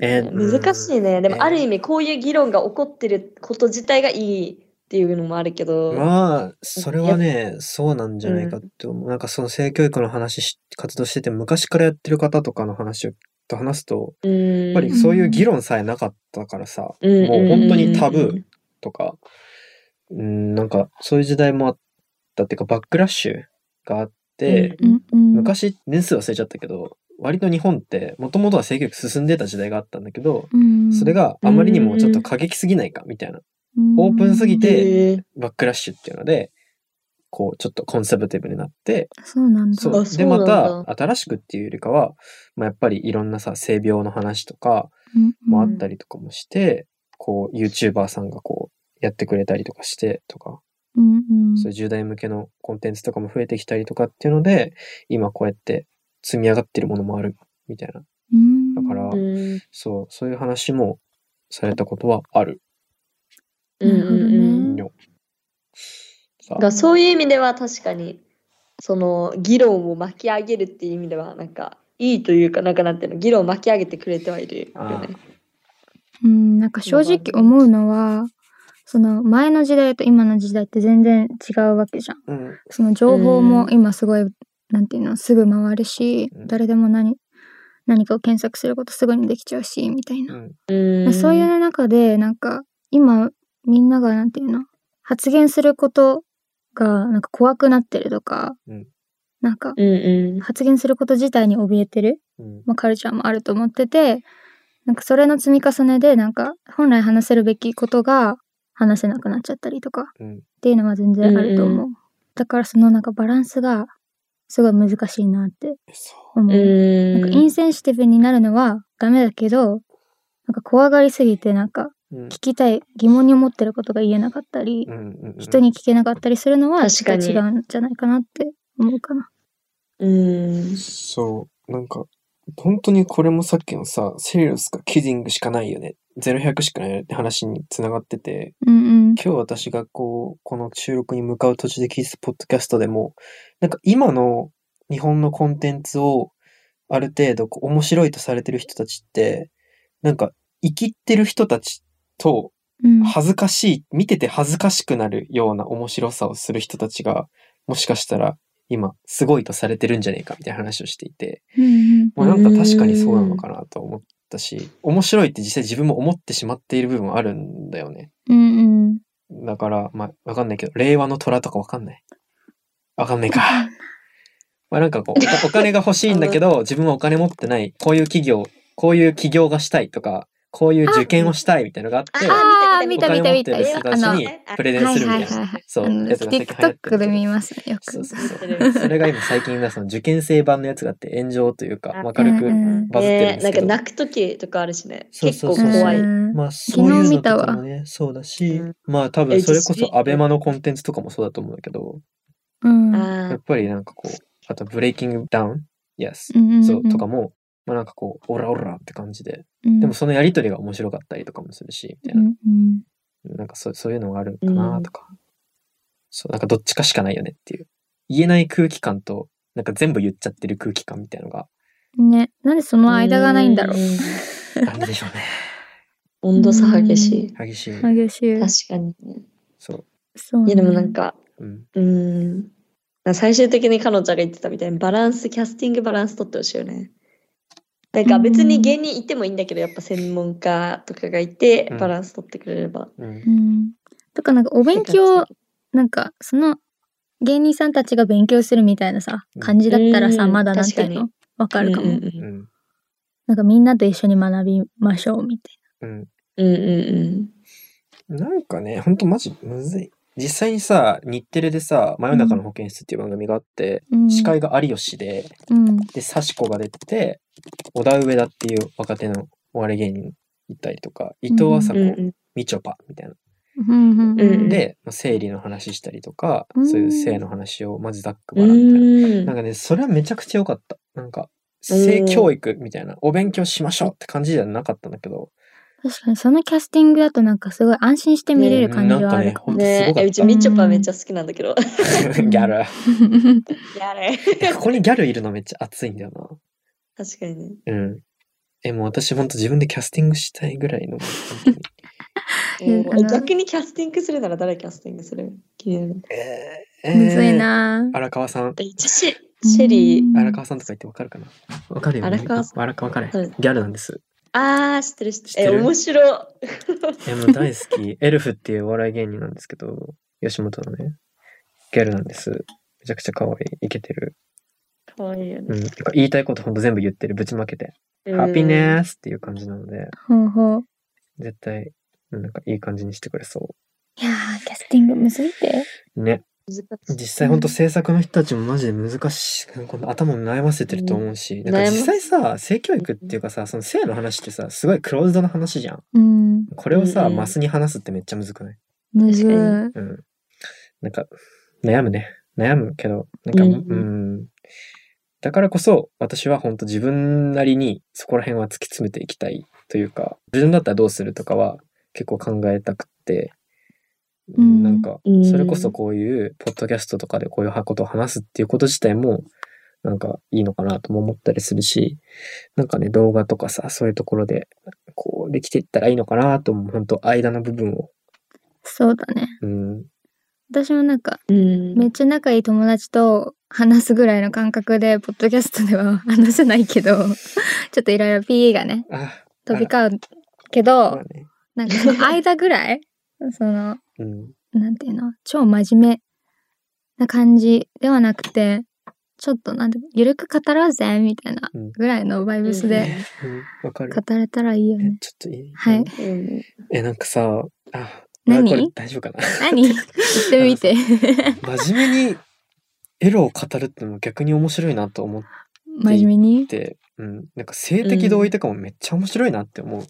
[SPEAKER 5] えー、
[SPEAKER 4] 難しいね。
[SPEAKER 5] え
[SPEAKER 4] でも
[SPEAKER 5] ー
[SPEAKER 4] ある意味こういう議論が起こってること自体がいいっていうのもあるけど。
[SPEAKER 5] まあ、それはね、そうなんじゃないかって思う。なんかその性教育の話し、活動してて、昔からやってる方とかの話をと話すと、
[SPEAKER 4] うん、
[SPEAKER 5] やっぱりそういう議論さえなかったからさ、もう本当にタブーとか、うん、なんかそういう時代もあったっていうか、バックラッシュがあって、
[SPEAKER 2] うんうん、
[SPEAKER 5] 昔、年数忘れちゃったけど、割と日本って、もともとは性教育進んでた時代があったんだけど、
[SPEAKER 2] うん、
[SPEAKER 5] それがあまりにもちょっと過激すぎないか、みたいな。オープンすぎ
[SPEAKER 4] うん。
[SPEAKER 5] て
[SPEAKER 4] へー
[SPEAKER 5] バックラッシュっていうので、こう、ちょっとコンセプティブになって、
[SPEAKER 2] うんそうなんだ。
[SPEAKER 5] そう。
[SPEAKER 4] そ
[SPEAKER 5] で、
[SPEAKER 4] うな
[SPEAKER 5] ま
[SPEAKER 4] んだ
[SPEAKER 5] た、新しくっていうよりかは、まあ、やっぱりいろんなさ、性病の話とか
[SPEAKER 2] うんうん
[SPEAKER 5] もあったりとかもして、こう、YouTuber さんがこう、やってくれたりとかして、とか、
[SPEAKER 2] うんうん。
[SPEAKER 5] そういう10代向けのコンテンツとかも増えてきたりとかっていうので、今こうやって積み上がってるものもあるみたいな。
[SPEAKER 2] うん
[SPEAKER 5] だから
[SPEAKER 4] う、ん
[SPEAKER 5] そう、そういう話もされたことはある。
[SPEAKER 4] うんうん
[SPEAKER 2] うん
[SPEAKER 5] よさ
[SPEAKER 4] だか
[SPEAKER 5] あ
[SPEAKER 4] らそういう意味では確かにその議論を巻き上げるっていう意味ではなんかいいというかなんかなんていうの議論を巻き上げてくれてはいるよね。
[SPEAKER 2] うん、なんか正直思うのは、その前の時代と今の時代って全然違うわけじゃん。
[SPEAKER 5] うん、
[SPEAKER 2] その情報も
[SPEAKER 4] うん
[SPEAKER 2] 今すごい、なんていうの、すぐ回るし
[SPEAKER 5] う、ん
[SPEAKER 2] 誰でも何、何かを検索することすぐにできちゃうし、みたいな
[SPEAKER 5] う。ん、
[SPEAKER 4] う
[SPEAKER 2] まあ
[SPEAKER 4] ん
[SPEAKER 2] そういう中でなんか今みんながなんていうの発言することがなんか怖くなってるとか、
[SPEAKER 5] うん
[SPEAKER 2] なんか
[SPEAKER 4] うんうん
[SPEAKER 2] 発言すること自体に怯えてる、
[SPEAKER 5] うん、
[SPEAKER 2] まあ、カルチャーもあると思っててなんかそれの積み重ねでなんか本来話せるべきことが話せなくなっちゃったりとかっ
[SPEAKER 5] うん、
[SPEAKER 2] ていうのは全然あると思う、
[SPEAKER 4] うんう
[SPEAKER 2] だからそのなんかバランスがすごい難しいなって
[SPEAKER 5] そ
[SPEAKER 2] 思う、
[SPEAKER 4] うん
[SPEAKER 2] なんかインセンシティブになるのはダメだけどなんか怖がりすぎてなんか
[SPEAKER 5] う。うん
[SPEAKER 2] 聞きたい疑問に思ってることが言えなかったり、
[SPEAKER 5] うんうんうん
[SPEAKER 2] 人に聞けなかったりするのは
[SPEAKER 4] 確かに
[SPEAKER 2] ちょっと違うんじゃないかなって思うかな。
[SPEAKER 4] うん
[SPEAKER 5] そう、なんか、本当にこれもさっきのさ、セリウスかキディングしかないよね。0100しかないよねって話につながってて、
[SPEAKER 2] うんうん。
[SPEAKER 5] 今日私がこう、この収録に向かう途中で聞いたポッドキャストでも、なんか今の日本のコンテンツをある程度こう面白いとされてる人たちって、なんか生きってる人たちと
[SPEAKER 2] うん、
[SPEAKER 5] 恥ずかしい、見てて恥ずかしくなるような面白さをする人たちが、もしかしたら今すごいとされてるんじゃねえかみたいな話をしていて、
[SPEAKER 2] うんうん
[SPEAKER 5] まあ、なんか確かにそうなのかなと思ったし、面白いって実際自分も思ってしまっている部分はあるんだよね。
[SPEAKER 2] うんうん。
[SPEAKER 5] だから、まあ、わかんないけど、令和の虎とかわかんない。わかんな いか。まあなんかこう、お金お金が欲しいんだけど、自分はお金持ってない、こういう企業、こういう起業がしたいとか、こういう受験をしたいみたいなのがあって、
[SPEAKER 2] ああ、見
[SPEAKER 4] 見
[SPEAKER 2] た
[SPEAKER 5] た
[SPEAKER 2] 見
[SPEAKER 5] 見
[SPEAKER 2] た
[SPEAKER 5] た
[SPEAKER 2] 見
[SPEAKER 5] 見た
[SPEAKER 2] た。あの、は
[SPEAKER 5] 見
[SPEAKER 2] い
[SPEAKER 5] たプレゼン
[SPEAKER 2] は
[SPEAKER 5] す
[SPEAKER 2] い
[SPEAKER 5] るみ
[SPEAKER 2] は
[SPEAKER 5] たい
[SPEAKER 2] い
[SPEAKER 5] な。
[SPEAKER 2] はい。
[SPEAKER 5] そう
[SPEAKER 2] あの
[SPEAKER 5] やつが最近流行ってる
[SPEAKER 2] TikTok で見ますね、よく。
[SPEAKER 5] そうそうそう。それが今最近な、その受験生版のやつがあって炎上というか、まあ軽
[SPEAKER 2] う
[SPEAKER 5] く
[SPEAKER 2] んうん
[SPEAKER 5] バズってるんですけど。
[SPEAKER 4] ねなんか泣く時とかあるしね
[SPEAKER 5] そう
[SPEAKER 4] 結
[SPEAKER 5] そう
[SPEAKER 4] 構
[SPEAKER 5] そう
[SPEAKER 4] 怖い。
[SPEAKER 2] うん
[SPEAKER 5] まあそういうのとかも
[SPEAKER 2] 昨
[SPEAKER 5] ね、そうだし
[SPEAKER 4] うん、
[SPEAKER 5] まあ多
[SPEAKER 4] え
[SPEAKER 5] 分それこ
[SPEAKER 4] 実
[SPEAKER 5] そ
[SPEAKER 4] 際
[SPEAKER 5] アベマのコンテンツとかもそうだと思うんだけど、
[SPEAKER 2] うん。
[SPEAKER 5] や
[SPEAKER 4] あ
[SPEAKER 5] っぱりなんかこう、あとブレイキングダウン、yes、
[SPEAKER 2] んんん
[SPEAKER 5] そうとかも、まあなんかこう、オラオラって感じで、
[SPEAKER 2] うん
[SPEAKER 5] でもそのやりとりが面白かったりとかもするし、みた
[SPEAKER 2] う
[SPEAKER 5] いな、
[SPEAKER 2] んうん
[SPEAKER 5] なんかそうそういうのがあるのかなとか、そう、なんかどっちかしかないよねっていう。言えない空気感と、なんか全部言っちゃってる空気感みたいのが
[SPEAKER 2] ね、なんでその間がないんだろう。
[SPEAKER 4] ん
[SPEAKER 5] あ るでしょうね。
[SPEAKER 4] 温度差激し
[SPEAKER 5] 激しい。
[SPEAKER 2] 激しい
[SPEAKER 4] い。確。かにね。
[SPEAKER 5] そう。
[SPEAKER 2] そう
[SPEAKER 4] い
[SPEAKER 2] ね
[SPEAKER 4] やでもなんか
[SPEAKER 5] うん。
[SPEAKER 4] うん。最終的に彼女が言ってたみたいにバランス、キャスティングバランス取ってほしいよね。なんか別に芸人いてもいいんだけど、やっぱ専門家とかがいて
[SPEAKER 5] うん、
[SPEAKER 4] バランス取ってくれれば。
[SPEAKER 5] うん
[SPEAKER 2] う。ん。とかなんかお勉強、なんかその芸人さんたちが勉強するみたいなさ
[SPEAKER 5] うん
[SPEAKER 2] 感じだったらさ、
[SPEAKER 4] うん
[SPEAKER 2] まだなんていうの
[SPEAKER 4] 確
[SPEAKER 2] わかるかも、
[SPEAKER 4] うん
[SPEAKER 5] う。
[SPEAKER 4] うん
[SPEAKER 2] なんかみんなと一緒に学びましょうみたい
[SPEAKER 5] うん。
[SPEAKER 4] んうんうん
[SPEAKER 5] なんかね、ほんとマジむずい。実際にさ、日テレでさ、真夜中の保健室っていう番組があって、
[SPEAKER 2] な、うん、
[SPEAKER 5] 司会が有吉で、
[SPEAKER 2] うん
[SPEAKER 5] で、サシコが出てて、小田上田っていう若手のお笑い芸人いたりとか、伊藤麻
[SPEAKER 4] うんうんう
[SPEAKER 5] 子、
[SPEAKER 4] ん
[SPEAKER 5] みちょぱみたいな。
[SPEAKER 2] うんうんう
[SPEAKER 4] うんん
[SPEAKER 5] で、まあ、生理の話したりとか、
[SPEAKER 2] うん
[SPEAKER 5] そういう性の話をまずざっくば
[SPEAKER 4] う
[SPEAKER 5] らんみたいな。
[SPEAKER 4] ん
[SPEAKER 5] なんかね、それはめちゃくちゃ良かった。なんか、性教育みたいな、お勉強しましょうって感じじゃなかったんだけ ど、
[SPEAKER 2] 確かにそのキャスティングだとなんかすごい安心して見れる感じはあるかも、
[SPEAKER 5] うんなんかねほんとすご
[SPEAKER 4] ね
[SPEAKER 5] かった
[SPEAKER 4] え、うちみちょぱめっちゃ好きなんだけ ど。
[SPEAKER 2] ん
[SPEAKER 5] ギャル。
[SPEAKER 4] やれ。
[SPEAKER 5] ここにギャルいるのめっちゃ熱いんだよな。
[SPEAKER 4] 確かにね。
[SPEAKER 5] うん。え、もう私ほんと自分でキャスティングしたいぐらい の。本当に
[SPEAKER 2] うん
[SPEAKER 4] え
[SPEAKER 2] あの
[SPEAKER 4] 逆にキャスティングするなら誰キャスティングする気になる。
[SPEAKER 5] えー
[SPEAKER 2] むずい。な
[SPEAKER 5] えー荒川さん。
[SPEAKER 4] え一シェシェリー。
[SPEAKER 5] 荒川さんとか言ってわかるかなわかるよ、ね。
[SPEAKER 4] 荒川さん
[SPEAKER 5] 荒川わかる
[SPEAKER 4] うん。
[SPEAKER 5] ギャルなんです。
[SPEAKER 4] あー、知ってる知って
[SPEAKER 5] 知
[SPEAKER 4] る。
[SPEAKER 5] って
[SPEAKER 4] え、
[SPEAKER 5] る
[SPEAKER 4] 面白い。
[SPEAKER 5] え、もう大好き。 エルフっていうお笑い芸人なんですけど、吉本のね、ギャルなんです。めちゃくちゃ可愛い。イケてる。
[SPEAKER 4] かわいいよ
[SPEAKER 5] う
[SPEAKER 4] ね。
[SPEAKER 5] ん。てか言いたいことほんと全部言ってる。ぶちまけて。
[SPEAKER 4] うん
[SPEAKER 5] ハッピーネスっていう感じなので、
[SPEAKER 2] ほうほう
[SPEAKER 5] 絶対、うんなんかいい感じにしてくれそ
[SPEAKER 2] いやーキャスティングむずいって
[SPEAKER 5] う。ね。
[SPEAKER 4] 難しい
[SPEAKER 5] 実際ほんと制作の人たちもマジで難しい、この頭を悩ませてると思うし、
[SPEAKER 4] うん
[SPEAKER 5] なんか
[SPEAKER 4] 悩ま
[SPEAKER 5] 実際さ性教育っていうかさその性の話ってさすごいクローズドな話じゃん
[SPEAKER 2] うん
[SPEAKER 5] これをさ、
[SPEAKER 4] うんうん
[SPEAKER 5] マスに話すってめっちゃむずくない
[SPEAKER 2] むずい
[SPEAKER 4] 確
[SPEAKER 5] うんなんか、悩むね。悩むけど、なんか、う
[SPEAKER 4] うんん、
[SPEAKER 5] だからこそ、私は本当自分なりにそこら辺は突き詰めていきたいというか、自分だったらどうするとかは結構考えたくって、
[SPEAKER 2] うん
[SPEAKER 5] なんか
[SPEAKER 4] う、ん
[SPEAKER 5] それこそこういう、ポッドキャストとかでこういうことを話すっていうこと自体も、なんかいいのかなとも思ったりするし、なんかね、動画とかさ、そういうところで、こう、できていったらいいのかなとも、本当間の部分を、
[SPEAKER 2] そうだね。
[SPEAKER 5] うん、
[SPEAKER 2] 私もなんか、
[SPEAKER 4] うん
[SPEAKER 2] めっちゃ仲いい友達と話すぐらいの感覚で、ポッドキャストでは 話せないけど、ちょっといろいろ PE がね、
[SPEAKER 5] あ、
[SPEAKER 2] 飛び交うけ
[SPEAKER 5] ま
[SPEAKER 2] ど
[SPEAKER 5] あ、ね、
[SPEAKER 2] なんかその間ぐらい、その、
[SPEAKER 5] うん、
[SPEAKER 2] なんていうの、超真面目な感じではなくて、ちょっとなんて、ゆるく語ろうぜ、みたいな
[SPEAKER 5] うん
[SPEAKER 2] ぐらいのバイブスで
[SPEAKER 5] うん、わかる。
[SPEAKER 2] 語れたらいいよ
[SPEAKER 5] え
[SPEAKER 2] ね。
[SPEAKER 5] ちょっといい
[SPEAKER 2] はい
[SPEAKER 4] うん
[SPEAKER 5] え、なんかさ、あ、
[SPEAKER 2] 何
[SPEAKER 5] これ大丈夫かな
[SPEAKER 2] 何言ってみ て。
[SPEAKER 5] 真面目にエロを語るってのも逆に面白いなと思っ
[SPEAKER 2] 真面目に。
[SPEAKER 5] て、うん、なんか性的同意とかもめっちゃ面白いなって思
[SPEAKER 2] う
[SPEAKER 5] う。
[SPEAKER 2] ん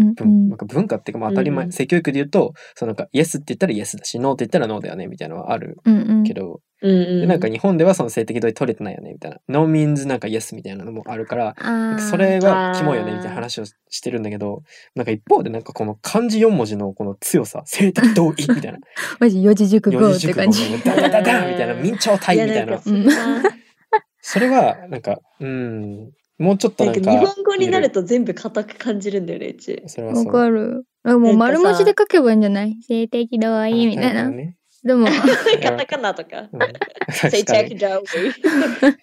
[SPEAKER 2] う
[SPEAKER 5] 文
[SPEAKER 2] ん
[SPEAKER 5] なんか文化っていうかまあ当たり前、
[SPEAKER 4] うん
[SPEAKER 5] 性教育で言うと、そのなんかイエスって言ったらイエスだし、ノーって言ったらノーだよねみたいなのはある
[SPEAKER 2] うんうん
[SPEAKER 5] けど、
[SPEAKER 4] うん
[SPEAKER 5] でなんか日本ではその性的同意取れてないよねみたいな、ノーミンズなんかイエスみたいなのもあるから、
[SPEAKER 2] あー
[SPEAKER 5] それはキモいよね
[SPEAKER 4] あー
[SPEAKER 5] みたいな話をしてるんだけどなんか一方でなんかこの漢字4文字のこの強さ性的同意みたいな
[SPEAKER 2] マジ四字熟語
[SPEAKER 5] 四
[SPEAKER 2] っ
[SPEAKER 5] 字
[SPEAKER 2] て
[SPEAKER 5] 熟語
[SPEAKER 2] 感
[SPEAKER 5] み
[SPEAKER 2] じ。
[SPEAKER 5] たいなダダダダンみたいな明朝体みたい
[SPEAKER 4] や
[SPEAKER 5] なん
[SPEAKER 4] かそんな
[SPEAKER 5] それはなんかうんもうちょっと
[SPEAKER 4] な
[SPEAKER 5] なんん
[SPEAKER 4] か
[SPEAKER 5] か
[SPEAKER 4] 日本語になると全部硬く感じるんだよね、うち。
[SPEAKER 5] それは
[SPEAKER 2] わ
[SPEAKER 5] そう
[SPEAKER 2] かる。あもう丸文字で書けばいいんじゃない性的同意みたい
[SPEAKER 5] あ
[SPEAKER 2] な。
[SPEAKER 5] ね
[SPEAKER 2] でも、
[SPEAKER 4] カタカナとか
[SPEAKER 5] う。ん確
[SPEAKER 4] セ
[SPEAKER 5] か
[SPEAKER 4] チ
[SPEAKER 5] に
[SPEAKER 4] ェダウ
[SPEAKER 5] い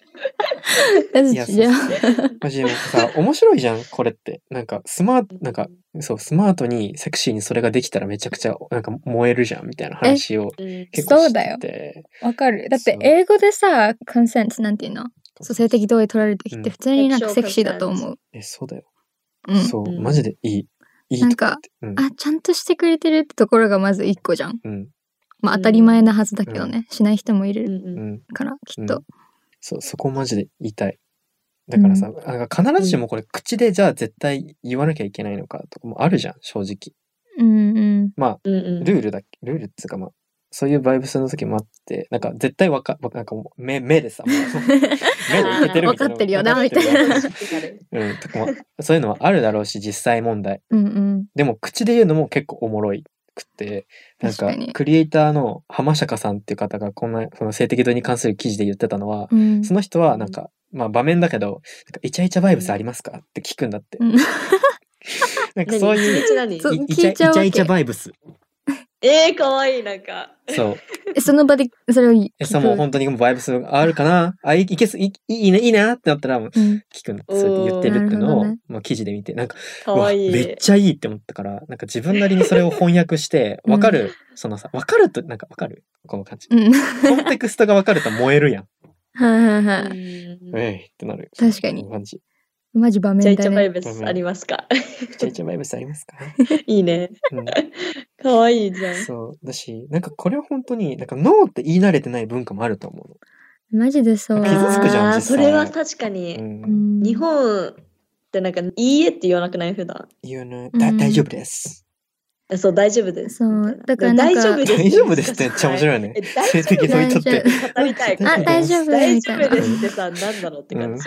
[SPEAKER 2] 私
[SPEAKER 5] や
[SPEAKER 2] じゃあ
[SPEAKER 5] そうそうマジでなんかさ面白いじゃんこれってなんかスマートなんかそうスマートにセクシーにそれができたらめちゃくちゃなんか燃えるじゃんみたいな話を
[SPEAKER 4] イ。
[SPEAKER 5] 結構
[SPEAKER 2] そう
[SPEAKER 5] し
[SPEAKER 2] だよ
[SPEAKER 5] てて
[SPEAKER 2] わかる。だって
[SPEAKER 5] そう
[SPEAKER 2] 英語でさ、コンセントなんていうのそう性的同意取られる時って普通になんかセクシーだと思う。
[SPEAKER 5] えそうだよ
[SPEAKER 2] うん。
[SPEAKER 5] そう、
[SPEAKER 4] うん
[SPEAKER 5] マジでいい。いい
[SPEAKER 2] なん
[SPEAKER 5] とこ
[SPEAKER 2] か
[SPEAKER 5] 言って、
[SPEAKER 2] あ、ちゃんとしてくれてるってところがまず一個じゃん。
[SPEAKER 5] うん、うん、
[SPEAKER 2] まあ
[SPEAKER 4] うん
[SPEAKER 2] 当たり前なはずだけどね。しない人もいる
[SPEAKER 4] うん
[SPEAKER 5] うん、
[SPEAKER 2] から、きっと。
[SPEAKER 5] そう、そこマジで言いたい。だからさ、なんか必ずしもこれ口でじゃあ絶対言わなきゃいけないのかとかもあるじゃん、正直。
[SPEAKER 2] うんうん。
[SPEAKER 5] ま
[SPEAKER 4] うん
[SPEAKER 5] あ、
[SPEAKER 4] うん
[SPEAKER 5] ルールだっけ、ルールっつうかまあ、そういうバイブスの時もあって、なんか絶対わか、わかなんかもう目、目でさ、もう目でいけてるみたいな。
[SPEAKER 2] わかってるよなみたいな
[SPEAKER 5] わかってるようん、とかもそういうのはあるだろうし、実際問題。
[SPEAKER 2] うんうん。
[SPEAKER 5] でも口で言うのも結構おもろいくってなんか
[SPEAKER 2] 確かに
[SPEAKER 5] クリエイターの浜坂さんっていう方がこんなその性的同意に関する記事で言ってたのは、
[SPEAKER 2] うん
[SPEAKER 5] その人はなんか、まあ、場面だけどなんか「イチャイチャバイブスありますか?」って聞くんだって、
[SPEAKER 2] うん
[SPEAKER 5] なんかそういう
[SPEAKER 4] う。何
[SPEAKER 2] そう
[SPEAKER 5] いイチャ
[SPEAKER 2] 聞いちゃうわけ
[SPEAKER 5] イチャイチャバイブス
[SPEAKER 4] えー、かわいい、なんか。
[SPEAKER 5] そう
[SPEAKER 2] えその場でそれを聞
[SPEAKER 5] え
[SPEAKER 2] く
[SPEAKER 5] そうもう本当にもうバイブスがあるかなあいいけすいいいいねいいなってなったらもう
[SPEAKER 2] うん
[SPEAKER 5] 聞くんだってそうやって言ってるって
[SPEAKER 2] おーなる
[SPEAKER 5] の
[SPEAKER 2] ほ
[SPEAKER 5] を、
[SPEAKER 2] どね
[SPEAKER 5] まあ、記事で見てなんか
[SPEAKER 4] かわいうい。
[SPEAKER 5] わめっちゃいいって思ったからなんか自分なりにそれを翻訳して
[SPEAKER 2] うん
[SPEAKER 5] わかる、そのさわかるとなんかわかるこの 感じ
[SPEAKER 2] うん。
[SPEAKER 5] コンテクストがわかると燃えるやん。
[SPEAKER 2] はいはいは
[SPEAKER 4] う
[SPEAKER 2] い。
[SPEAKER 4] ん
[SPEAKER 5] えいってなる。
[SPEAKER 2] 確かに
[SPEAKER 5] こんな感じ。
[SPEAKER 2] マジ場
[SPEAKER 4] イチャ
[SPEAKER 2] 面
[SPEAKER 4] イチ
[SPEAKER 2] だ
[SPEAKER 4] ャバイ
[SPEAKER 2] ね。
[SPEAKER 4] ブスありますか
[SPEAKER 5] ちゃいちゃバイブスありますか、
[SPEAKER 4] いいね。
[SPEAKER 5] う
[SPEAKER 4] かわいいじゃん
[SPEAKER 5] ん、。そう。だし、なんかこれは本当に、なんかノーって言い慣れてない文化もあると思う
[SPEAKER 2] マジでそう。
[SPEAKER 5] 傷つくじゃん
[SPEAKER 4] あー
[SPEAKER 5] 実際
[SPEAKER 4] それは確か
[SPEAKER 5] の。う。
[SPEAKER 4] に。
[SPEAKER 2] うんん
[SPEAKER 4] 日本ってなんか、いいえって言わなくない普段。
[SPEAKER 5] 言うね。
[SPEAKER 2] う
[SPEAKER 5] だ
[SPEAKER 2] ん
[SPEAKER 5] 大丈夫です。
[SPEAKER 4] そう、大丈夫です。
[SPEAKER 2] そう
[SPEAKER 4] みたいな
[SPEAKER 2] だからなんか
[SPEAKER 4] 大丈夫です。
[SPEAKER 5] 大丈夫ですってめっちゃ面白いよね
[SPEAKER 4] え。大丈夫
[SPEAKER 5] 性的同意とって。
[SPEAKER 4] 語りたい。
[SPEAKER 5] あ大
[SPEAKER 2] 丈夫
[SPEAKER 4] 大
[SPEAKER 2] みた
[SPEAKER 4] 丈
[SPEAKER 2] いな
[SPEAKER 4] 夫ですってさ、なんだろうって
[SPEAKER 5] うん
[SPEAKER 4] 感じ。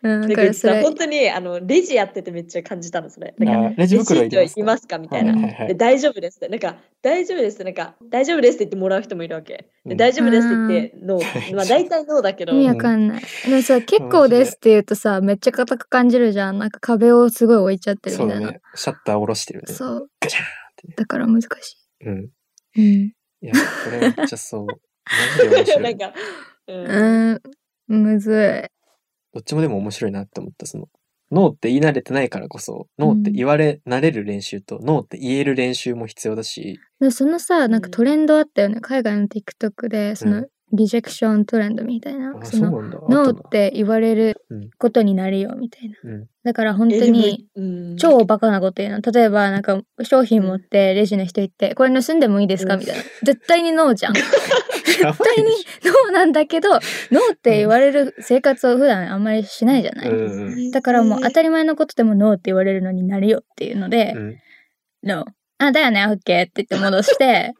[SPEAKER 2] うん、だ
[SPEAKER 4] だ
[SPEAKER 2] か
[SPEAKER 4] からら
[SPEAKER 2] それ。
[SPEAKER 4] 本当にあのレジやっててめっちゃ感じたのそれ。
[SPEAKER 5] う
[SPEAKER 4] なん
[SPEAKER 5] ん、
[SPEAKER 4] か
[SPEAKER 5] あレジ
[SPEAKER 4] レジ
[SPEAKER 5] 袋
[SPEAKER 4] 袋
[SPEAKER 5] いりま
[SPEAKER 4] い
[SPEAKER 5] すか
[SPEAKER 4] りますかみたいな。
[SPEAKER 5] はいはいは
[SPEAKER 4] で
[SPEAKER 5] い、
[SPEAKER 4] 大丈夫ですって、なんか大丈夫ですって、なんか大丈夫ですって言ってもらう人もいるわけ。
[SPEAKER 5] う
[SPEAKER 4] で
[SPEAKER 5] ん
[SPEAKER 4] 大丈夫ですって言って、ノ
[SPEAKER 5] はい
[SPEAKER 4] ー。まあ大体ノーだけど、
[SPEAKER 2] 意味
[SPEAKER 5] や
[SPEAKER 2] わかんない。でもさ、結構ですって言うとさ、めっちゃ硬く感じるじゃん。なんか壁をすごい置いちゃってる
[SPEAKER 5] そう
[SPEAKER 2] みた
[SPEAKER 5] だ
[SPEAKER 2] いな。
[SPEAKER 5] ね。シャッター下ろしてるね。
[SPEAKER 2] そう,、
[SPEAKER 5] ガチャーンってね。
[SPEAKER 2] だから難し
[SPEAKER 5] うん。
[SPEAKER 2] い。
[SPEAKER 5] いや、これめっちゃそう。マジで面白
[SPEAKER 4] ないん。か、うん
[SPEAKER 2] うん。うーん、むず
[SPEAKER 5] どっちもでも面白いなって思った、その、ノーって言い慣れてないからこそ、ノーって言われ、慣れる練習と、ノーって言える練習も必要だし、
[SPEAKER 2] い。でもそのさ、なんかトレンドあったよね。海外の TikTok で、その、
[SPEAKER 5] うん
[SPEAKER 2] リジェクショントレンドみたいな。
[SPEAKER 5] あ、
[SPEAKER 2] そ
[SPEAKER 5] そう
[SPEAKER 2] の、
[SPEAKER 5] なんだ。
[SPEAKER 2] ノ
[SPEAKER 5] あ
[SPEAKER 2] ーって言われる
[SPEAKER 5] うん
[SPEAKER 2] ことになるよ、みたいな。
[SPEAKER 5] うん
[SPEAKER 2] だから本当
[SPEAKER 4] え
[SPEAKER 2] に、
[SPEAKER 4] でもうん
[SPEAKER 2] 超バカなこと言うの。例えば、なんか、商品持って、レジの人行って、これ盗んでもいいですか
[SPEAKER 4] うん
[SPEAKER 2] みたいな。絶対にノーじ ゃん。絶
[SPEAKER 5] やばい
[SPEAKER 2] 対
[SPEAKER 5] で
[SPEAKER 2] に
[SPEAKER 5] し
[SPEAKER 2] ノーなんだけど、ノーって言われる生活を普段あんまりしないじゃない、
[SPEAKER 5] ょうん
[SPEAKER 2] だからもう当たり前のことでもノーって言われるのになるよっていうので
[SPEAKER 5] う、ん。
[SPEAKER 2] ノーあ、だよね、オッケーって言って戻 して、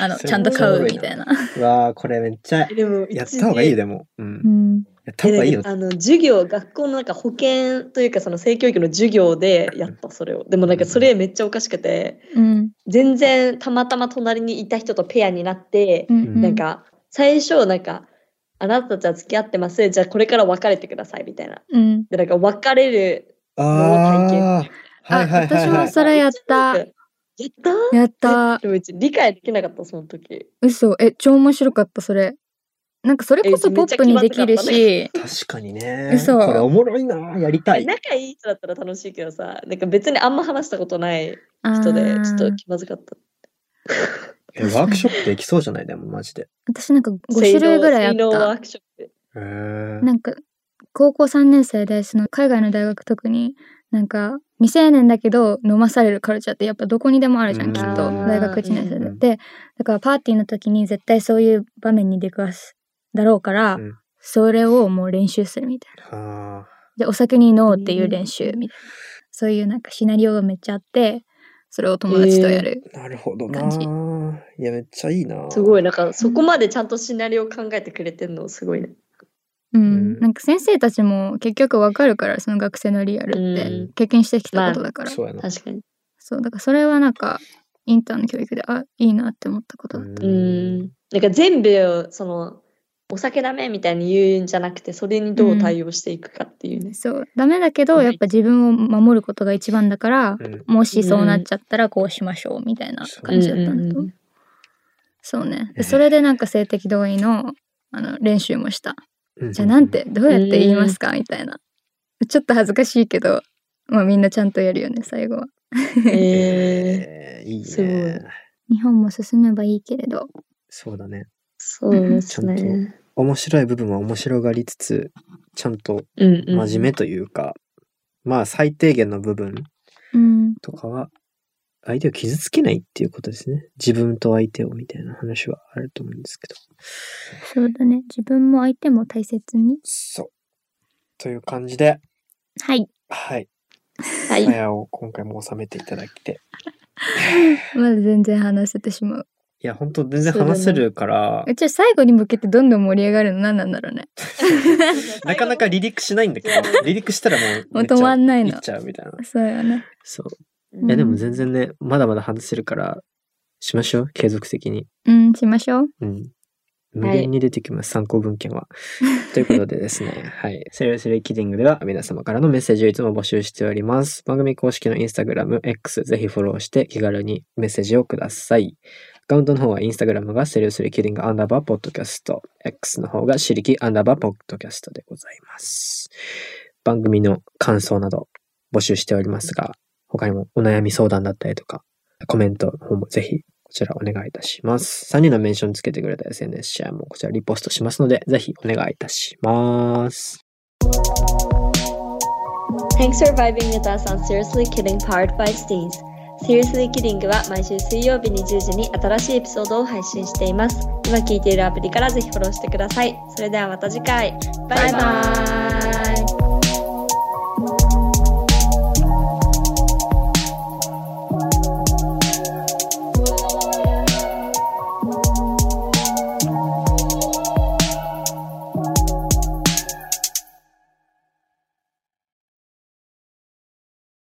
[SPEAKER 2] あの、
[SPEAKER 5] すごい
[SPEAKER 2] ちゃんと買うみたいな。
[SPEAKER 5] うわーこれめっちゃ
[SPEAKER 4] でも、
[SPEAKER 5] やった方がいいよ
[SPEAKER 4] だ。
[SPEAKER 5] でも、うん
[SPEAKER 2] う、ん。
[SPEAKER 5] やった方がいいよ
[SPEAKER 4] あの授業、学校のなんか保健というか、その性教育の授業でやった、それを。でもなんかそれめっちゃおかしくて、
[SPEAKER 2] うん。
[SPEAKER 4] 全然たまたま隣にいた人とペアになって、
[SPEAKER 2] うん。
[SPEAKER 4] なんか最初なんか「あなたたちは付き合ってますじゃあこれから別れてください」みたいな。
[SPEAKER 2] うん。
[SPEAKER 4] でなんか別れる
[SPEAKER 5] ああーはいはいはい
[SPEAKER 2] あ私
[SPEAKER 5] は
[SPEAKER 2] も
[SPEAKER 5] い
[SPEAKER 2] それやった
[SPEAKER 4] やった
[SPEAKER 2] やった。
[SPEAKER 4] でもうち理解できなかったその時。
[SPEAKER 2] 嘘。え、超面白かった、それ。なんかそれこそ
[SPEAKER 4] え
[SPEAKER 2] ポップにできる
[SPEAKER 4] めっちゃ
[SPEAKER 2] し、
[SPEAKER 5] 確かにね
[SPEAKER 2] 嘘
[SPEAKER 5] これおもろいなやりたい
[SPEAKER 4] 仲いい人だったら楽しいけどさなんか別にあんま話したことない
[SPEAKER 2] あ
[SPEAKER 4] 人で
[SPEAKER 2] ー
[SPEAKER 4] ちょっと気まずかった。
[SPEAKER 5] えワークショップできそうじゃないでもマジで
[SPEAKER 2] 私なんか5種類ぐらいあ
[SPEAKER 4] 水道水道ワ
[SPEAKER 2] っ
[SPEAKER 4] ークショップ。
[SPEAKER 5] へえ
[SPEAKER 2] た。なんか、高校3年生で、その海外の大学特に、なんか、未成年だけど飲まされるカルチャーってやっぱどこにでもあるじゃ、
[SPEAKER 5] うんん
[SPEAKER 2] きっと。
[SPEAKER 5] あー
[SPEAKER 2] 大学1年生
[SPEAKER 5] う
[SPEAKER 2] で。
[SPEAKER 5] ん
[SPEAKER 2] で、だからパーティーの時に絶対そういう場面に出くわすだろうから、
[SPEAKER 5] うん
[SPEAKER 2] それをもう練習するみたいな。
[SPEAKER 5] はあ
[SPEAKER 2] で、お酒に飲おうっていう練習みたいな。そういうなんかシナリオがめっちゃあって、それを友達とやる。
[SPEAKER 5] なるほど
[SPEAKER 2] 感じ
[SPEAKER 5] いやめっちゃいいな
[SPEAKER 4] すごいなんかそこまでちゃんとシナリオ考えてくれてんのすごいね。
[SPEAKER 2] うん。
[SPEAKER 5] うん
[SPEAKER 2] なんか先生たちも結局わかるから、その学生のリアルって
[SPEAKER 4] うん
[SPEAKER 2] 経験してきたことだから。
[SPEAKER 5] そうやな
[SPEAKER 4] 確かに。
[SPEAKER 2] そう、だからそれはなんか、インターの教育で、あ、いいなって思ったことだった。
[SPEAKER 4] うーんなんか全部そのお酒ダメみたいに言うんじゃなくてそれにどう対応していくかっていうね。
[SPEAKER 2] そう、ダメだけど、
[SPEAKER 4] はい
[SPEAKER 2] やっぱ自分を守ることが一番だから、
[SPEAKER 5] うん
[SPEAKER 2] もしそうなっちゃったらこうしましょうみたいな感じだったんだと
[SPEAKER 4] うんうんうん
[SPEAKER 2] 思う。そうね。
[SPEAKER 5] ええ
[SPEAKER 2] でそれでなんか性的同意のあの練習もした。
[SPEAKER 5] うん
[SPEAKER 2] じゃあなんてどうやって言いますかみたいな。ちょっと恥ずかしいけど、まあみんなちゃんとやるよね、最後は。
[SPEAKER 4] えー
[SPEAKER 5] えーいい
[SPEAKER 4] すご
[SPEAKER 5] ね
[SPEAKER 4] い
[SPEAKER 2] 日本も進めばいいけれど。
[SPEAKER 5] そうだね
[SPEAKER 4] そうですね。
[SPEAKER 5] 面白い部分は面白がりつつちゃんと
[SPEAKER 4] うんうん
[SPEAKER 5] 真面目というか、まあ最低限の部分
[SPEAKER 2] うん。
[SPEAKER 5] とかは相手を傷つけないっていうことですね自分と相手をみたいな話はあると思うんですけど
[SPEAKER 2] そうだね。自分も相手も大切に。
[SPEAKER 5] そうという感じで
[SPEAKER 2] はい。
[SPEAKER 5] はい
[SPEAKER 4] はい
[SPEAKER 5] さ。やを今回も収めていただいて
[SPEAKER 2] まだ全然話せてしまう。
[SPEAKER 5] いや本当全然話せるから
[SPEAKER 2] うちは最後に向けてどんどん盛り上がるの何なんだろうね。
[SPEAKER 5] なかなか離陸しないんだけど離陸したらもう
[SPEAKER 2] もう止まんないの
[SPEAKER 5] めっちゃ行っちゃうみたいな
[SPEAKER 2] そうよね。
[SPEAKER 5] そう
[SPEAKER 4] うん
[SPEAKER 5] いやでも全然ね、まだまだ話せるから、しましょう、継続的に。
[SPEAKER 2] うん、しましょう。
[SPEAKER 5] うん。無限に出てきます、参考文献は。ということでですね、はい。セルセルキディングでは皆様からのメッセージをいつも募集しております。番組公式のインスタグラム、X、ぜひフォローして気軽にメッセージをください。アカウントの方はインスタグラムがセルセルキディングアンダーバーポッドキャスト、X の方がシリキアンダーバーポッドキャストでございます。番組の感想など募集しておりますが、他にもお悩み相談だったりとか、コメントの方もぜひこちらお願いいたします。3人のメンションつけてくれた SNS シェアもこちらリポストしますので、ぜひお願いいたします。
[SPEAKER 4] Thanks for vibing with us on Seriously Kidding Powered by Steens. Seriously Kidding は毎週水曜日20時に新しいエピソードを配信しています。今聞いているアプリからぜひフォローしてください。それではまた次回。バイバイ。